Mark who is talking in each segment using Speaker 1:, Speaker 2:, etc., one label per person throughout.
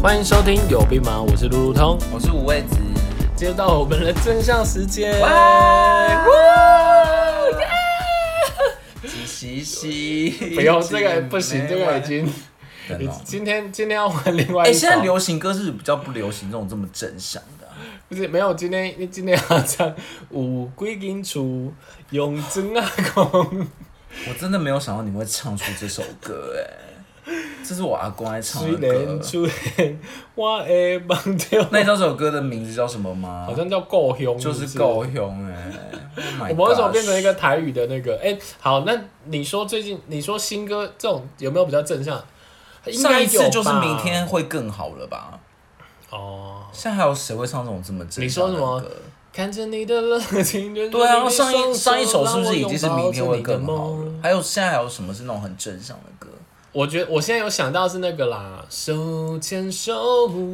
Speaker 1: 欢迎收听有病吗？我是路路通，
Speaker 2: 我是五味子。
Speaker 1: 接到我们的真相时间，
Speaker 2: 哇
Speaker 1: 哎哇
Speaker 2: 哎几西西，
Speaker 1: 不用这个不行，这个已经
Speaker 2: 真的哦。
Speaker 1: 今天今天要换另外
Speaker 2: 哎、
Speaker 1: 一首，
Speaker 2: 现在流行歌是比较不流行这种这么正向的啊、
Speaker 1: 不是没有今天今天要唱有几间厝用真啊公，
Speaker 2: 我真的没有想到你会唱出这首歌、哎，这是我阿公爱唱
Speaker 1: 虽
Speaker 2: 的歌
Speaker 1: 然。虽然我的梦中，
Speaker 2: 那你知道这首歌的名字叫什么吗
Speaker 1: 好？像叫够凶，
Speaker 2: 就是
Speaker 1: 不
Speaker 2: 够凶哎。Oh my
Speaker 1: 我们为什么
Speaker 2: gosh
Speaker 1: 变成一个台语的那个？哎、好，那你说最近你说新歌这种有没有比较正向？应该
Speaker 2: 上一
Speaker 1: 有
Speaker 2: 次就是
Speaker 1: 吧
Speaker 2: 明天会更好了吧？
Speaker 1: 哦。
Speaker 2: 现在还有谁会唱这种这么正
Speaker 1: 你说
Speaker 2: 向的
Speaker 1: 什么
Speaker 2: 歌？
Speaker 1: 看着你的热情，忍住
Speaker 2: 对啊，
Speaker 1: 你的
Speaker 2: 上
Speaker 1: 双
Speaker 2: 一上一首
Speaker 1: 手
Speaker 2: 是不是已经是明天会更
Speaker 1: 让我拥
Speaker 2: 好
Speaker 1: 抱着你的
Speaker 2: 了
Speaker 1: 梦？
Speaker 2: 还有现在还有什么是那种很正向的歌？
Speaker 1: 我觉得我现在有想到是那个啦，手牵手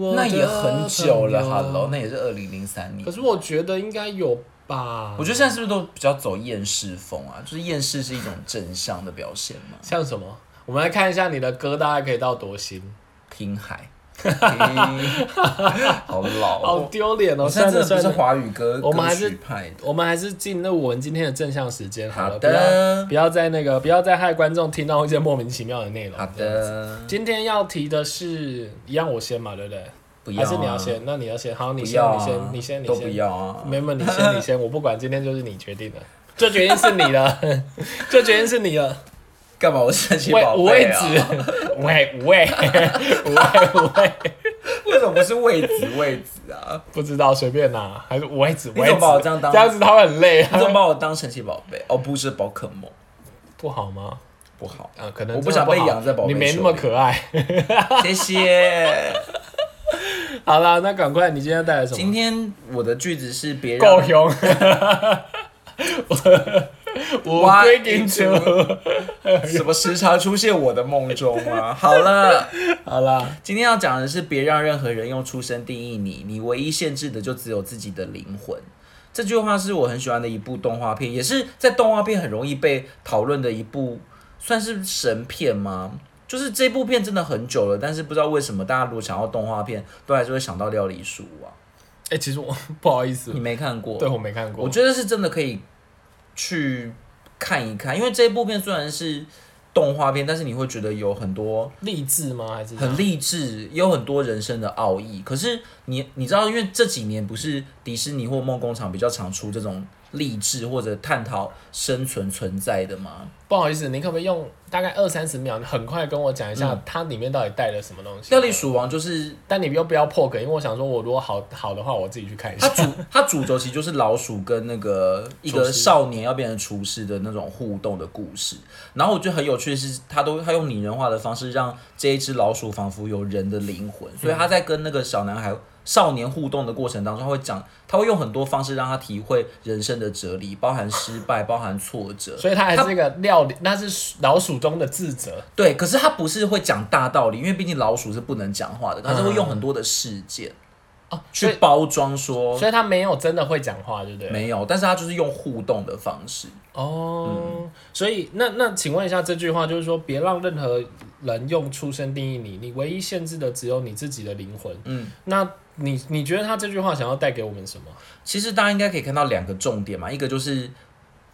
Speaker 1: 我的
Speaker 2: 那也很久了
Speaker 1: 朋友
Speaker 2: ，Hello，那也是二零零三年
Speaker 1: 啊可。是我觉得应该有吧。
Speaker 2: 我觉得现在是不是都比较走厌世风啊？就是厌世是一种正向的表现嘛？
Speaker 1: 像什么？我们来看一下你的歌，大概可以到多新？
Speaker 2: 拼海，好老
Speaker 1: 好
Speaker 2: 哦。
Speaker 1: 丢脸哦！
Speaker 2: 我现
Speaker 1: 算
Speaker 2: 在
Speaker 1: 了
Speaker 2: 真的不
Speaker 1: 算
Speaker 2: 是
Speaker 1: 了，
Speaker 2: 华语歌
Speaker 1: 我们
Speaker 2: 歌
Speaker 1: 还是
Speaker 2: 曲派的。
Speaker 1: 我们还是进入我们今天的正向时间好了，
Speaker 2: 好
Speaker 1: 不要
Speaker 2: 的
Speaker 1: 不要再那个，不要再害观众听到一些莫名其妙的内容。
Speaker 2: 好，的，
Speaker 1: 今天要提的是一样，我先嘛，对不对？
Speaker 2: 不
Speaker 1: 还
Speaker 2: 要啊，
Speaker 1: 是你要先？那你要先，好，你
Speaker 2: 不
Speaker 1: 先，
Speaker 2: 要啊，
Speaker 1: 你先，你先，你
Speaker 2: 都不
Speaker 1: 先。
Speaker 2: 要啊。
Speaker 1: 没没，你先，你先，我不管，今天就是你决定的，这决定是你 的，这决定是你的。
Speaker 2: 干嘛？我神奇
Speaker 1: 喂，
Speaker 2: 宝
Speaker 1: 五位
Speaker 2: 贝
Speaker 1: 子
Speaker 2: 啊？，
Speaker 1: 喂喂喂喂，
Speaker 2: 为什么不是位子位子啊？
Speaker 1: 不知道随便啦，还是五位子，
Speaker 2: 你
Speaker 1: 五位
Speaker 2: 怎么
Speaker 1: 子
Speaker 2: 把我这样当
Speaker 1: 这样子他会很累啊
Speaker 2: 你，怎么把我当神奇宝贝？哦，不是宝可梦，
Speaker 1: 不好吗？
Speaker 2: 不 好。
Speaker 1: 啊，可能
Speaker 2: 我不
Speaker 1: 真的
Speaker 2: 想被
Speaker 1: 好
Speaker 2: 养在宝贝
Speaker 1: 你没那
Speaker 2: 手
Speaker 1: 么
Speaker 2: 里
Speaker 1: 可爱。
Speaker 2: 谢谢。
Speaker 1: 好啦，那赶快，你今天带来什么？
Speaker 2: 今天我的句子是别
Speaker 1: 够
Speaker 2: 让
Speaker 1: 凶。我我归给你。
Speaker 2: 什么时常出现我的梦中 啊。好了，
Speaker 1: 好啦，
Speaker 2: 今天要讲的是别让任何人用出身定义你，你唯一限制的就只有自己的灵魂。这句话是我很喜欢的一部动画片，也是在动画片很容易被讨论的一部，算是神片吗？就是这部片真的很久了，但是不知道为什么大家如果想要动画片，都还是会想到料理书啊。
Speaker 1: 哎、其实我 不好意思
Speaker 2: 你，没看过？
Speaker 1: 对我没看过。
Speaker 2: 我觉得是真的可以去看一看，因为这一部片虽然是动画片，但是你会觉得有很多
Speaker 1: 励志吗？还是啊
Speaker 2: 很励志，也有很多人生的奥义。可是你你知道，因为这几年不是迪士尼或梦工厂比较常出这种励志或者探讨生存存在的吗？
Speaker 1: 不好意思，您可不可以用大概二三十秒，很快跟我讲一
Speaker 2: 嗯
Speaker 1: 下它里面到底带了什么东西？
Speaker 2: 料理，鼠王就是
Speaker 1: 但你又不要破梗，因为我想说，我如果好好的话，我自己去看一
Speaker 2: 它
Speaker 1: 下。
Speaker 2: 主它主轴其实就是老鼠跟那个一
Speaker 1: 厨
Speaker 2: 个
Speaker 1: 师
Speaker 2: 少年要变成厨师的那种互动的故事。然后我觉得很有趣的是，它都它用拟人化的方式让这一只老鼠仿佛有人的灵魂，所以它在跟那个小男孩。少年互动的过程当中，他会讲，他会用很多方式让他体会人生的哲理，包含失败，包含挫折，
Speaker 1: 所以它还是一个料理，那是老鼠中的智者。
Speaker 2: 对，可是他不是会讲大道理，因为毕竟老鼠是不能讲话的，他是会用很多的事件、
Speaker 1: 嗯哦
Speaker 2: 去包装说
Speaker 1: 所以它没有真的会讲话，对不对？
Speaker 2: 哦没有，但是他就是用互动的方式。
Speaker 1: 哦，
Speaker 2: 嗯
Speaker 1: 所以那那请问一下，这句话就是说，别让任何人用出身定义你，你唯一限制的只有你自己的灵魂。
Speaker 2: 嗯，
Speaker 1: 那你你觉得他这句话想要带给我们什么？
Speaker 2: 其实大家应该可以看到两个重点嘛，一个就是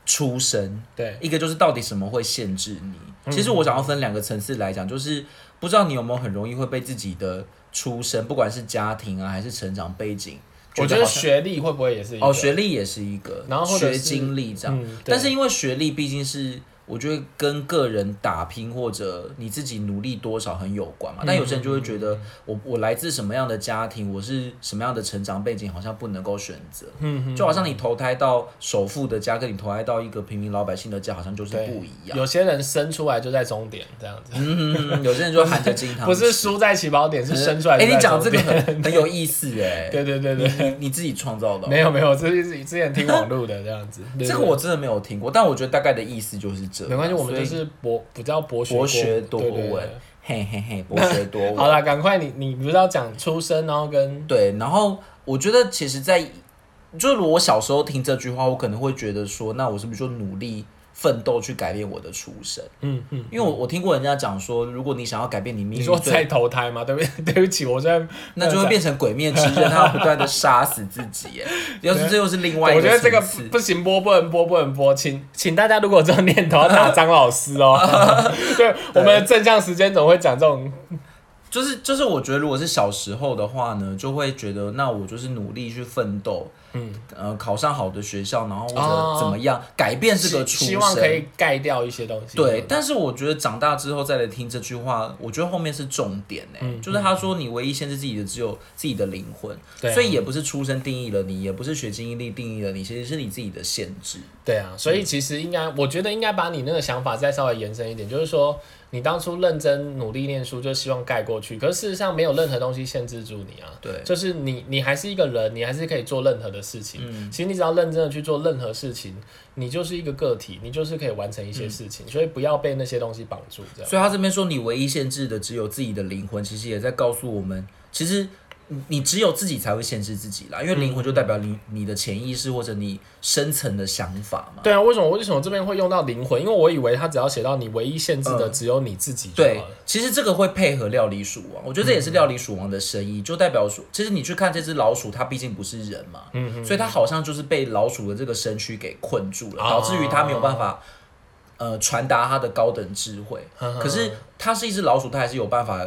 Speaker 2: 出身，
Speaker 1: 对，
Speaker 2: 一个就是到底什么会限制
Speaker 1: 嗯
Speaker 2: 你。其实我想要分两个层次来讲，就是不知道你有没有很容易会被自己的出身，不管是家庭啊还是成长背景，
Speaker 1: 我觉
Speaker 2: 好
Speaker 1: 得
Speaker 2: 像
Speaker 1: 学历会不会也是一个
Speaker 2: 哦学历也是一个，
Speaker 1: 然后或者
Speaker 2: 学
Speaker 1: 是
Speaker 2: 经历这样。
Speaker 1: 嗯，对
Speaker 2: 但是因为学历毕竟是我觉得跟个人打拼或者你自己努力多少很有关
Speaker 1: 嗯
Speaker 2: 嘛。但有些人就会觉得我我来自什么样的家庭，我是什么样的成长背景，好像不能够选择。嗯，就好像你投胎到首富的家，跟你投胎到一个平民老百姓的家，好像就是
Speaker 1: 对
Speaker 2: 不一样。
Speaker 1: 有些人生出来就在终点这样子，
Speaker 2: 嗯，有些人就含着金汤匙，
Speaker 1: 不是输在起跑点，是生出来就
Speaker 2: 哎，
Speaker 1: 在
Speaker 2: 你讲这
Speaker 1: 终
Speaker 2: 个
Speaker 1: 点，
Speaker 2: 很很有意思 哎。
Speaker 1: 对对对
Speaker 2: 你
Speaker 1: 对，
Speaker 2: 你你自己创造的哦。
Speaker 1: 没有没有，这是之前听网络的这样子，对
Speaker 2: 这个
Speaker 1: 对
Speaker 2: 我真的没有听过，但我觉得大概的意思就是这样。
Speaker 1: 没关系，我们
Speaker 2: 所
Speaker 1: 就
Speaker 2: 以
Speaker 1: 是博比较博学
Speaker 2: 博学多
Speaker 1: 对对对
Speaker 2: 闻，嘿嘿 嘿，博学多闻。
Speaker 1: 好啦，赶快你你不是要讲出生，然后跟
Speaker 2: 对，然后我觉得其实在，就是如果我小时候听这句话，我可能会觉得说，那我是不是就努力奋斗去改变我的出身。
Speaker 1: 嗯嗯，
Speaker 2: 因为我我听过人家讲说，如果你想要改变你命
Speaker 1: 你
Speaker 2: 运，
Speaker 1: 说
Speaker 2: 对
Speaker 1: 再投胎吗？对不 起，对不起，我在
Speaker 2: 那就会变成鬼灭之 刃，他要不断的杀死自己。哎，要是这又是另外一
Speaker 1: 我
Speaker 2: 个
Speaker 1: 觉得这个
Speaker 2: 层次
Speaker 1: 不不行播，不能播，不能播，请请大家如果有这种念头，要打张老师 哦。对，我们的正向时间总会讲这种，
Speaker 2: 就是就是，我觉得如果是小时候的话呢，就会觉得那我就是努力去奋斗，嗯，呃，考上好的学校，然后或
Speaker 1: 哦
Speaker 2: 者怎么样、改变这个出
Speaker 1: 希
Speaker 2: 身。
Speaker 1: 希望可以嗯盖掉一些东西。
Speaker 2: 对，但是我觉得长大之后再来听这句话，我觉得后面是重点呢、
Speaker 1: 嗯
Speaker 2: 就是他说你唯一限制自己的只有自己的灵魂，
Speaker 1: 对啊
Speaker 2: 所以也不是出身定义了你，也不是学经历定义了你，其实是你自己的限制。
Speaker 1: 对啊，所以
Speaker 2: 嗯
Speaker 1: 其实应该，我觉得应该把你那个想法再稍微延伸一点，就是说你当初认真努力念书，就希望盖过去，可是事实上没有任何东西限制住你啊。
Speaker 2: 对
Speaker 1: 就是你，你还是一个人，你还是可以做任何的事情。
Speaker 2: 嗯
Speaker 1: 其实你只要认真的去做任何事情，你就是一个个体，你就是可以完成一些事情，所以不要被那些东西绑住。这样，
Speaker 2: 嗯所以他这边说你唯一限制的只有自己的灵魂，其实也在告诉我们，其实你你只有自己才会限制自己啦，因为灵魂就代表你你的潜意识或者你深层的想法嘛。
Speaker 1: 对啊，为什么为什么这边会用到灵魂？因为我以为他只要写到你唯一限制的只有你自己就
Speaker 2: 嗯对
Speaker 1: 好了。，嗯
Speaker 2: 其实这个会配合料理鼠王，我觉得这也是料理鼠王的深意，就代表说，其实你去看这只老鼠，它毕竟不是人嘛，
Speaker 1: 嗯
Speaker 2: 所以它好像就是被老鼠的这个身躯给困住了，
Speaker 1: 哦
Speaker 2: 导致于它没有办法。呃，传达它的高等智慧，
Speaker 1: 嗯
Speaker 2: 可是它是一只老鼠，它还是有办法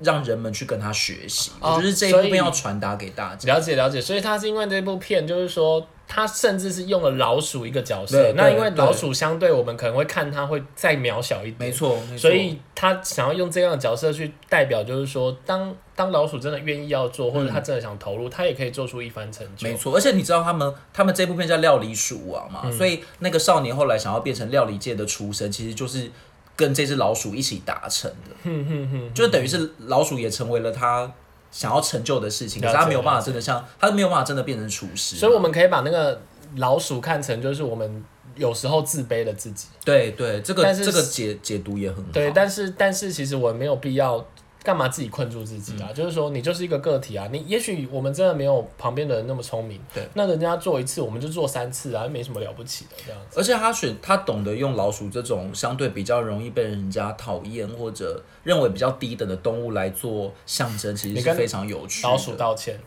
Speaker 2: 让人们去跟它学习。
Speaker 1: 哦
Speaker 2: 我觉得这一部
Speaker 1: 所以
Speaker 2: 分要传达给大家。
Speaker 1: 了解了解，所以他是因为这部片，就是说他甚至是用了老鼠一个角色
Speaker 2: 对。
Speaker 1: 那
Speaker 2: 对
Speaker 1: 因为
Speaker 2: 对
Speaker 1: 老鼠相对我们可能会看它会再渺小一
Speaker 2: 没
Speaker 1: 点，
Speaker 2: 错，没错
Speaker 1: 所以他想要用这样的角色去代表，就是说当当老鼠真的愿意要做，或者他真的想投入，他也可以做出一番成就
Speaker 2: 嗯没。错，而且你知道他们他们这部片叫《料理鼠王》嘛，
Speaker 1: 嗯
Speaker 2: 所以那个少年后来想要变成料理界的厨神，其实就是跟这只老鼠一起达成的，
Speaker 1: 哼哼哼，
Speaker 2: 就等于是老鼠也成为了他想要成就的事情，
Speaker 1: 了
Speaker 2: 可
Speaker 1: 解
Speaker 2: 是他没有办法真的像他没有办法真的变成厨师，
Speaker 1: 所以我们可以把那个老鼠看成就是我们有时候自卑的自己。
Speaker 2: 对对，这个
Speaker 1: 但是
Speaker 2: 这个解解读也很好，
Speaker 1: 对，但是但是其实我没有必要干嘛自己困住自己啊？
Speaker 2: 嗯
Speaker 1: 就是说你就是一个个体啊，你也许我们真的没有旁边的人那么聪明，
Speaker 2: 对，
Speaker 1: 那人家做一次我们就做三次啊，没什么了不起的这样。
Speaker 2: 而且他选他懂得用老鼠这种相对比较容易被人家讨厌或者认为比较低等的动物来做象征，其
Speaker 1: 你
Speaker 2: 实
Speaker 1: 跟
Speaker 2: 是非常有趣的。
Speaker 1: 老鼠道歉，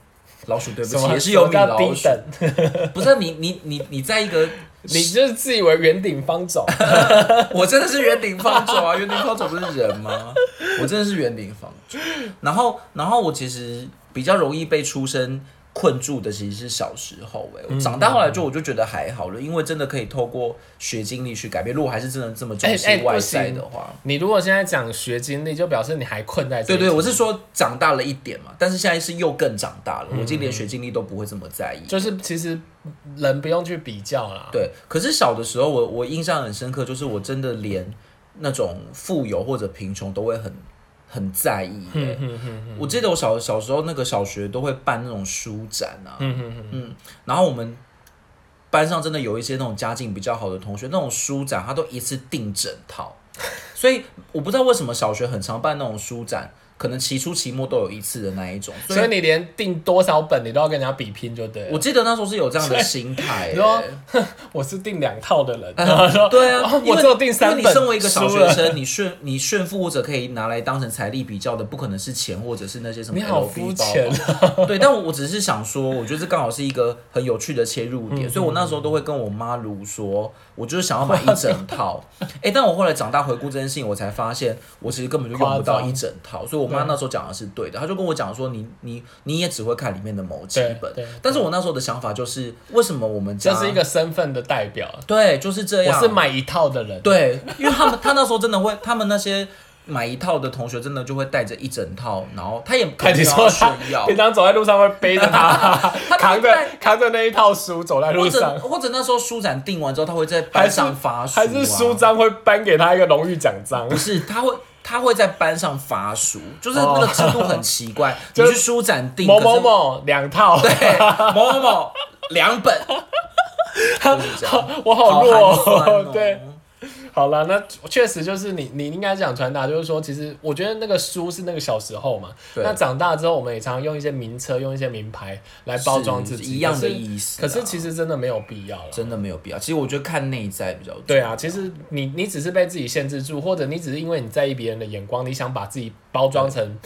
Speaker 2: 老鼠对不
Speaker 1: 什
Speaker 2: 起，
Speaker 1: 么
Speaker 2: 也是
Speaker 1: 什么
Speaker 2: 有米
Speaker 1: 叫
Speaker 2: 老
Speaker 1: 低
Speaker 2: 鼠。
Speaker 1: 等？
Speaker 2: 不是你你你你在 一个，
Speaker 1: 你就是自以为圆顶方走，
Speaker 2: 我真的是圆顶方走啊，圆 顶方走不是人吗？我真的是圆顶方走。然后然后我其实比较容易被出身困住的，其实是小时候哎、
Speaker 1: 嗯
Speaker 2: 我长大后来就我就觉得还好了，因为真的可以透过学经历去改变。如果还是真的这么重
Speaker 1: 哎哎
Speaker 2: 视
Speaker 1: 不
Speaker 2: 外在
Speaker 1: 行
Speaker 2: 的话，
Speaker 1: 你如果现在讲学经历，就表示你还困在这
Speaker 2: 对
Speaker 1: 一
Speaker 2: 对，
Speaker 1: 集
Speaker 2: 我是说长大了一点嘛，但是现在是又更长大了，
Speaker 1: 嗯
Speaker 2: 我已经连学经历都不会这么在意。
Speaker 1: 就是其实人不用去比较啦，
Speaker 2: 对，可是小的时候我我印象很深刻，就是我真的连那种富有或者贫穷都会很很在意耶。我记得我小小时候那个小学都会办那种书展啊，嗯然后我们班上真的有一些那种家境比较好的同学，那种书展他都一次订整 套，所以我不知道为什么小学很常办那种书展，可能期初期末都有一次的那一种，所
Speaker 1: 所以
Speaker 2: 以。
Speaker 1: 你连订多少本你都要跟人家比拼，就对了。
Speaker 2: 我记得那时候是有这样的心态、耶
Speaker 1: 你说我是订两套的人，然后说
Speaker 2: 对啊
Speaker 1: 哦，
Speaker 2: 因
Speaker 1: 我
Speaker 2: 为
Speaker 1: 只有订三本，
Speaker 2: 因为你身为一个小
Speaker 1: 输
Speaker 2: 学
Speaker 1: 了
Speaker 2: 生，你炫 你炫富或者可以拿来当成财力比较的，不可能是钱或者是那些什么
Speaker 1: 你好
Speaker 2: LV
Speaker 1: 肤
Speaker 2: 包
Speaker 1: 浅啊
Speaker 2: 包。 对，但我我只是想说，我觉得这刚好是一个很有趣的切入
Speaker 1: 嗯
Speaker 2: 点，所以我那时候都会跟我妈如说，我就是想要买一 整套。哎，但我后来长大回顾这件事情，我才发现我其实根本就用不
Speaker 1: 夸
Speaker 2: 到
Speaker 1: 张
Speaker 2: 一整套，所以我妈那时候讲的是对的，她就跟我讲说，你你你也只会看里面的某几
Speaker 1: 对
Speaker 2: 本
Speaker 1: 对。
Speaker 2: 但是我那时候的想法就是，为什么我们家
Speaker 1: 这是一个身份的代表。
Speaker 2: 对就是这
Speaker 1: 我
Speaker 2: 样，
Speaker 1: 是买一套的人，
Speaker 2: 啊对，因为他们他那时候真的会，他们那些买一套的同学真的就会带着一整套，然后他也可
Speaker 1: 看
Speaker 2: 能
Speaker 1: 你
Speaker 2: 没有
Speaker 1: 说
Speaker 2: 要
Speaker 1: 他
Speaker 2: 炫 耀，
Speaker 1: 平常走在路上会背着它，
Speaker 2: 他
Speaker 1: 扛
Speaker 2: 带
Speaker 1: 着扛着那一套书走在路
Speaker 2: 或者
Speaker 1: 上，
Speaker 2: 或者那时候书展定完之后，他会在
Speaker 1: 还
Speaker 2: 班
Speaker 1: 是
Speaker 2: 上发书、啊，
Speaker 1: 还是书章会颁给他一个荣誉奖章
Speaker 2: 不。是啊他会。他会在班上发书，就是那个制度很奇怪。 你去书展订
Speaker 1: 某
Speaker 2: 可是
Speaker 1: 某某两套，
Speaker 2: 对某某某 两本，就是这样，
Speaker 1: 我
Speaker 2: 好
Speaker 1: 好弱
Speaker 2: 寒酸 哦
Speaker 1: 哦，。对，好啦，那确实就是你你应该想传达，就是说，其实我觉得那个书是那个小时候嘛，
Speaker 2: 对
Speaker 1: 那长大之后，我们也常用一些名车，用一些名牌来包装自
Speaker 2: 是
Speaker 1: 己，
Speaker 2: 一样
Speaker 1: 可
Speaker 2: 的
Speaker 1: 是
Speaker 2: 意思
Speaker 1: 可
Speaker 2: 啊
Speaker 1: 是其实真的没有必要了。
Speaker 2: 真的没有必要。其实我觉得看内在比较重
Speaker 1: 对啊，其实你你只是被自己限制住，或者你只是因为你在意别人的眼光，你想把自己包装成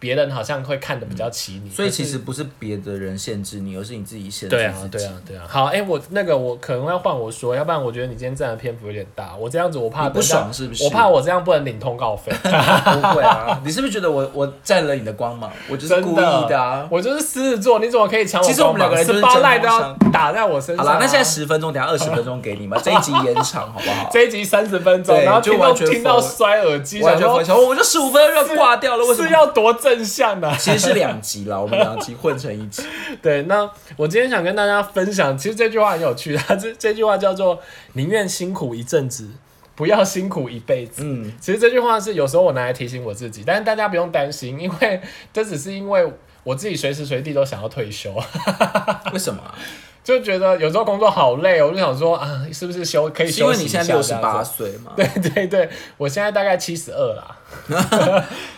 Speaker 1: 别人好像会看得比较起你。
Speaker 2: 所以
Speaker 1: 可是
Speaker 2: 其实不是别的人限制你，而是你自己限制
Speaker 1: 对
Speaker 2: 自
Speaker 1: 啊
Speaker 2: 己。，
Speaker 1: 对啊，对啊。好，哎、我那个我可能要换我说，要不然我觉得你今天占的篇幅有点大。我这样子我怕
Speaker 2: 你不
Speaker 1: 等一下
Speaker 2: 爽是不是
Speaker 1: 我怕我这样不能领通告费，
Speaker 2: 不会啊，你是不是觉得我我占 了你的光芒？我就是
Speaker 1: 真
Speaker 2: 故意的啊。
Speaker 1: 我就是狮子座，你怎么可以抢我
Speaker 2: 其实我
Speaker 1: 光
Speaker 2: 们两
Speaker 1: 芒？
Speaker 2: 个人就是
Speaker 1: 十八赖都
Speaker 2: 针
Speaker 1: 要
Speaker 2: 锋
Speaker 1: 打在我身
Speaker 2: 好
Speaker 1: 上、啊。，
Speaker 2: 啦那现在十分钟，等一下二十分钟给你嘛，这一集延长好不好？
Speaker 1: 这一集三十分钟，
Speaker 2: 对
Speaker 1: 然后
Speaker 2: 就
Speaker 1: 听到
Speaker 2: 完全
Speaker 1: 听到
Speaker 2: forward
Speaker 1: 摔耳机，
Speaker 2: 完
Speaker 1: 想
Speaker 2: 全
Speaker 1: 说
Speaker 2: 分享，哦我就十五分钟就挂掉了，为什
Speaker 1: 是啊
Speaker 2: 么？
Speaker 1: 要多正向啊呢、
Speaker 2: 其实是两集啦，我们两集混成 一集。
Speaker 1: 对，那我今天想跟大家分享，其实这句话很有趣，它这 这句话叫做“宁愿辛苦一阵子，不要辛苦一辈子”。
Speaker 2: 嗯，
Speaker 1: 其实这句话是有时候我拿来提醒我自己，但是大家不用担心，因为这只是因为我自己随时随地都想要退休，
Speaker 2: 为什么啊？
Speaker 1: 就觉得有时候工作好累，我就想说啊，是不是休可以
Speaker 2: 是
Speaker 1: 休
Speaker 2: 因为
Speaker 1: 息
Speaker 2: 你
Speaker 1: 一
Speaker 2: 现
Speaker 1: 下？
Speaker 2: 在六十八
Speaker 1: 这样子。
Speaker 2: 岁嘛？
Speaker 1: 对对对，我现在大概七十二 啦。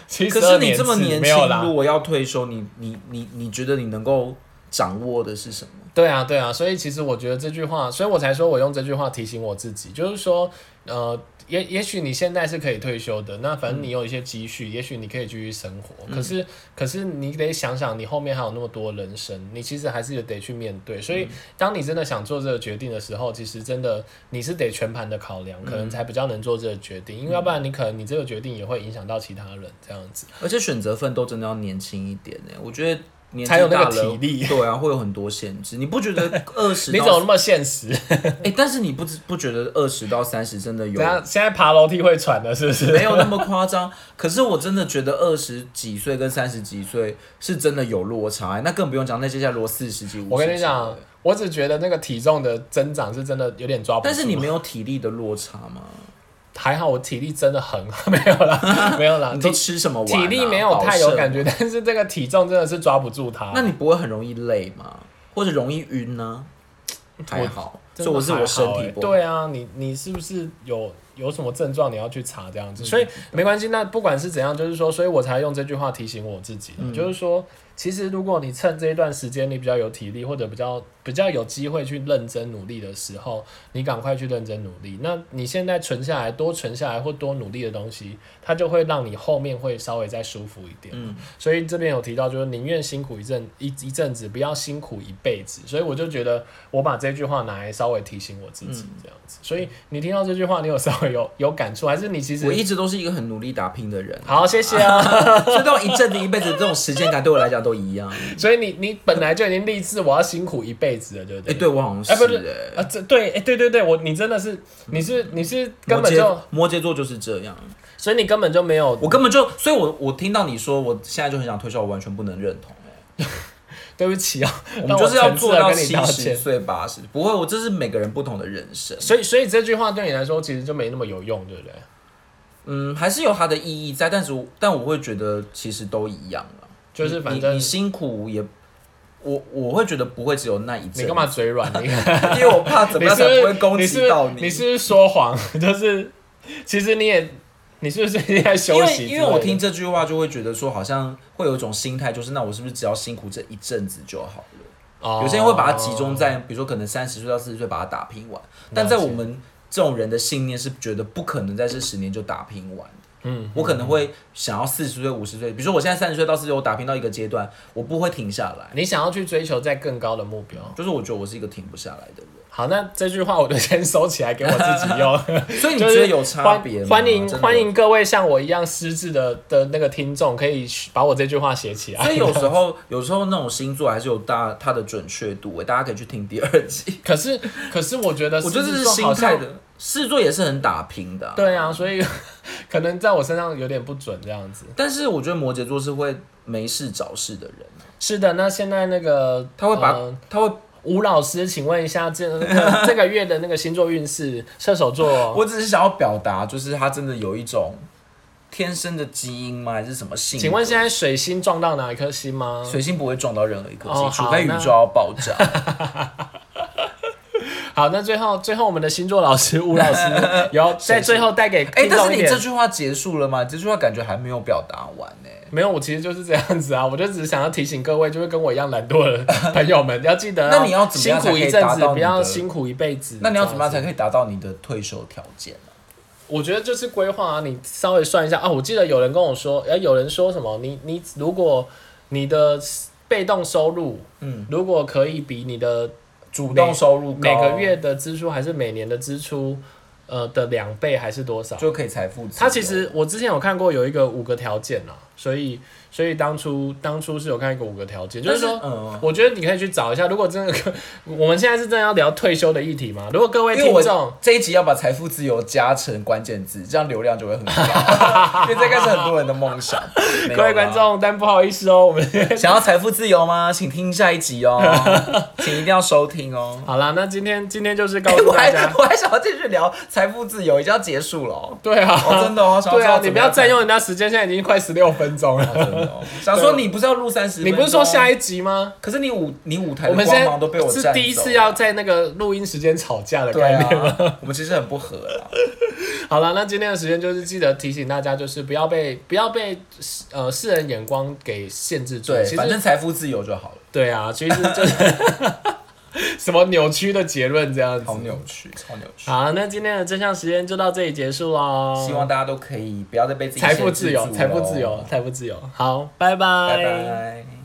Speaker 1: 72
Speaker 2: 可是你这么
Speaker 1: 年次
Speaker 2: 年
Speaker 1: 没有
Speaker 2: 轻，
Speaker 1: 啦
Speaker 2: 如，果要退休，你你你你觉得你能够掌握的是什么？
Speaker 1: 对啊，对啊，所以其实我觉得这句话，所以我才说我用这句话提醒我自己，就是说，呃，也也许你现在是可以退休的，那反正你有一些积蓄，也许你可以继续生活。可是，可是你得想想，你后面还有那么多人生，你其实还是得去面对。所以，当你真的想做这个决定的时候，其实真的你是得全盘的考量，可能才比较能做这个决定，因为要不然你可能你这个决定也会影响到其他人这样子。
Speaker 2: 而且选择奋斗真的要年轻一点呢、我觉得年纪
Speaker 1: 才有那
Speaker 2: 大
Speaker 1: 个
Speaker 2: 了
Speaker 1: 体力
Speaker 2: 对啊，会有很多限制。你 不觉得二十？
Speaker 1: 你怎么那么现实？
Speaker 2: 哎、但是你不知不觉得二十到三十真的有
Speaker 1: 等下 现在爬楼梯会喘的，是不是？
Speaker 2: 没有那么夸张？ 可是我真的觉得二十几岁跟三十几岁是真的有落差、哎那更不用讲，那接下来落四十几、五十。
Speaker 1: 我跟你讲，，我只觉得那个体重的增长是真的有点抓不住。
Speaker 2: 但是你没有体力的落差吗？
Speaker 1: 还好，我体力真的很 好，没有啦，没有啦
Speaker 2: 你，都
Speaker 1: 体
Speaker 2: 吃什么丸、啊？
Speaker 1: 体力没有太有感
Speaker 2: 觉。
Speaker 1: 觉，但是这个体重真的是抓不住它。
Speaker 2: 那你不会很容易累吗？或者容易晕呢？还好，
Speaker 1: 真
Speaker 2: 所
Speaker 1: 的
Speaker 2: 以我是我身
Speaker 1: 还好
Speaker 2: 体
Speaker 1: 欸
Speaker 2: 不好。
Speaker 1: 对啊，你你是不是有有什么症状你要去查这样
Speaker 2: 嗯
Speaker 1: 子？所以没关系，那不管是怎样，就是说，所以我才用这句话提醒我自己啦，
Speaker 2: 嗯
Speaker 1: 就是说，其实如果你趁这一段时间你比较有体力，或者比较比较有机会去认真努力的时候，你赶快去认真努力。那你现在存下来，多存下来或多努力的东西，它就会让你后面会稍微再舒服一点。所以这边有提到，就是宁愿辛苦一阵一一阵子，不要辛苦一辈子。所以我就觉得，我把这句话拿来稍微提醒我自己，这样子。所以你听到这句话，你有稍微有 有感触，还是你其
Speaker 2: 我
Speaker 1: 实
Speaker 2: 一直都是一个很努力打拼的人，
Speaker 1: 好？谢谢啊。
Speaker 2: 所以这种一阵子一辈子这种时间感对我来讲都一样。
Speaker 1: 所以你你本来就已经立志我要辛苦一辈子了，对不
Speaker 2: 哎、
Speaker 1: 对？
Speaker 2: 对我好像
Speaker 1: 哎、不
Speaker 2: 是嗯
Speaker 1: 是啊，
Speaker 2: 哎、
Speaker 1: 这对，哎、对对对，我你真的是，你是你是根
Speaker 2: 摩
Speaker 1: 本就嗯
Speaker 2: 羯，摩羯座就是这样，
Speaker 1: 所以你根本就没有
Speaker 2: 我根本就，所以我我听到你说我现在就很想退休，我完全不能认同。
Speaker 1: 对不起啊，
Speaker 2: 我们
Speaker 1: 但
Speaker 2: 就是要
Speaker 1: 诚挚
Speaker 2: 做
Speaker 1: 地
Speaker 2: 到
Speaker 1: 跟你
Speaker 2: 七
Speaker 1: 道
Speaker 2: 十
Speaker 1: 歉。
Speaker 2: 岁八十，不会，我这是每个人不同的人生，
Speaker 1: 所以所以这句话对你来说其实就没那么有用，对不对？
Speaker 2: 嗯，还是有它的意义在，但是我但我会觉得其实都一样了，
Speaker 1: 就是反
Speaker 2: 你
Speaker 1: 正
Speaker 2: 你辛苦也，我我会觉得不会只有那一阵，
Speaker 1: 你干嘛嘴软？你
Speaker 2: 因为我怕怎么
Speaker 1: 你
Speaker 2: 样
Speaker 1: 是
Speaker 2: 才
Speaker 1: 不
Speaker 2: 不会
Speaker 1: 是
Speaker 2: 攻
Speaker 1: 你
Speaker 2: 击
Speaker 1: 是
Speaker 2: 到
Speaker 1: 不是你是 不是说谎？就是其实你也你是不是也在
Speaker 2: 因
Speaker 1: 休
Speaker 2: 为
Speaker 1: 息？
Speaker 2: 因为我听，这句话就会觉得说，好像会有一种心态，就是那我是不是只要辛苦这一阵子就好了？
Speaker 1: 哦
Speaker 2: 有些人会把它集中在，比如说可能三十岁到四十岁把它打拼完，但在我们这种人的信念是觉得不可能在这十年就打拼完。
Speaker 1: 嗯，
Speaker 2: 我可能会想要四十岁、五十岁，比如说我现在三十岁到四十岁，我打拼到一个阶段，我不会停下来，
Speaker 1: 哦你想要去追求在更高的目标。
Speaker 2: 就是我觉得我是一个停不下来的人。
Speaker 1: 好，那这句话我就先收起来给我自己用。
Speaker 2: 所以你
Speaker 1: 就
Speaker 2: 觉
Speaker 1: 是
Speaker 2: 得有 差别吗？
Speaker 1: 欢欢迎
Speaker 2: 真的有
Speaker 1: 欢迎各位像我一样失智的的那个听众，可以把我这句话写起
Speaker 2: 所
Speaker 1: 来。
Speaker 2: 以有时候， 有时候那种星座还是有大它的准确度诶，欸大家可以去听第二集。
Speaker 1: 可是可是我觉得
Speaker 2: 我觉得这
Speaker 1: 狮
Speaker 2: 是
Speaker 1: 子座
Speaker 2: 心
Speaker 1: 好像
Speaker 2: 态的，狮子座也是很打拼的啊、
Speaker 1: 对啊，所以 可能在我身上有点不准这样子。
Speaker 2: 但是我觉得摩羯座是会没事找事的人啊，
Speaker 1: 是的，那现在那个
Speaker 2: 他会把、
Speaker 1: 呃
Speaker 2: 他会，
Speaker 1: 吴老师，请问一下这、那个这个月的那个星座运势，射手座。
Speaker 2: 我只是想要表达，就是他真的有一种天生的基因吗？还是什么性格？
Speaker 1: 请问现在水星撞到哪一颗星吗？
Speaker 2: 水星不会撞到任何一颗星，
Speaker 1: 哦
Speaker 2: 除
Speaker 1: 好
Speaker 2: 非宇
Speaker 1: 那
Speaker 2: 宙要爆炸。
Speaker 1: 好，那最后最后我们的星座老师吴老师也要在最后带给
Speaker 2: 哎、
Speaker 1: 听
Speaker 2: 但
Speaker 1: 众
Speaker 2: 是
Speaker 1: 一
Speaker 2: 你
Speaker 1: 点
Speaker 2: 这句话结束了吗？这句话感觉还没有表达完呢、
Speaker 1: 没有，我其实就是这样子啊，我就只是想要提醒各位，就是跟我一样懒惰的朋友们，要记得、哦
Speaker 2: 那你要怎么样才
Speaker 1: 辛苦
Speaker 2: 可以
Speaker 1: 一阵
Speaker 2: 达
Speaker 1: 子，
Speaker 2: 到
Speaker 1: 不
Speaker 2: 你
Speaker 1: 要
Speaker 2: 的
Speaker 1: 辛苦一辈子。
Speaker 2: 那你要怎么样才
Speaker 1: 以？
Speaker 2: 可以达到你的退休条件啊呢、
Speaker 1: 我觉得就是规划啊，你稍微算一下啊。我记得有人跟我说，哎、有人说什么？你你如果你的被动收入，
Speaker 2: 嗯，
Speaker 1: 如果可以比你的
Speaker 2: 主
Speaker 1: 每
Speaker 2: 动收入高
Speaker 1: 每个月的支出还是每年的支出，呃的两倍还是多少？
Speaker 2: 就可以财富自由。
Speaker 1: 它其实我之前有看过有一个五个条件啦，所以所以当初当初是有看一个五个条件，就
Speaker 2: 但
Speaker 1: 是说。
Speaker 2: 嗯，
Speaker 1: 我觉得你可以去找一下，如果真的， 我们现在是真的要聊退休的议题吗？如果各位
Speaker 2: 因
Speaker 1: 听
Speaker 2: 为我
Speaker 1: 众，
Speaker 2: 这一集要把财富自由加成关键字，这样流量就会很 高，因为这个是很多人的梦想。没有
Speaker 1: 各
Speaker 2: 啦
Speaker 1: 位观众，但不好意思哦，我们。
Speaker 2: 想要财富自由吗？请听下一集 哦，请一定要收听哦
Speaker 1: 好啦，那今天今天就是告
Speaker 2: 哎
Speaker 1: 诉
Speaker 2: 我
Speaker 1: 大
Speaker 2: 还
Speaker 1: 家，
Speaker 2: 我还想要继续聊财富自由，已经要结束了哦。
Speaker 1: 对啊，
Speaker 2: 哦真的哦想要
Speaker 1: 对
Speaker 2: 知道
Speaker 1: 啊，
Speaker 2: 怎么
Speaker 1: 你不要
Speaker 2: 样
Speaker 1: 占用人家时间，现在已经快十六分钟了。
Speaker 2: 真的哦想说你不是要录三十？
Speaker 1: 你不是说下
Speaker 2: 一？
Speaker 1: 一集吗？
Speaker 2: 可是你舞你舞台
Speaker 1: 我
Speaker 2: 的
Speaker 1: 们
Speaker 2: 光
Speaker 1: 现
Speaker 2: 芒都被
Speaker 1: 在
Speaker 2: 我
Speaker 1: 是
Speaker 2: 占
Speaker 1: 第一
Speaker 2: 走
Speaker 1: 次
Speaker 2: 了
Speaker 1: 要在那个录音时间吵架的
Speaker 2: 对
Speaker 1: 概念吗？
Speaker 2: 啊，我们其实很不合啦。
Speaker 1: 好了，那今天的时间就是记得提醒大家，就是不要被不要被呃世人眼光给限制住。
Speaker 2: 对，
Speaker 1: 其
Speaker 2: 反
Speaker 1: 实
Speaker 2: 正财富自由就好了，
Speaker 1: 对啊，其实就是 什么扭曲的结论这样子。
Speaker 2: 好扭曲，超扭曲。
Speaker 1: 好，那今天的真相时间就到这里结束喽。
Speaker 2: 希望大家都可以不要再被自己
Speaker 1: 财富
Speaker 2: 限
Speaker 1: 自
Speaker 2: 制
Speaker 1: 由，
Speaker 2: 住
Speaker 1: 财富
Speaker 2: 咯
Speaker 1: 自由，，财富自由。好，
Speaker 2: 拜拜。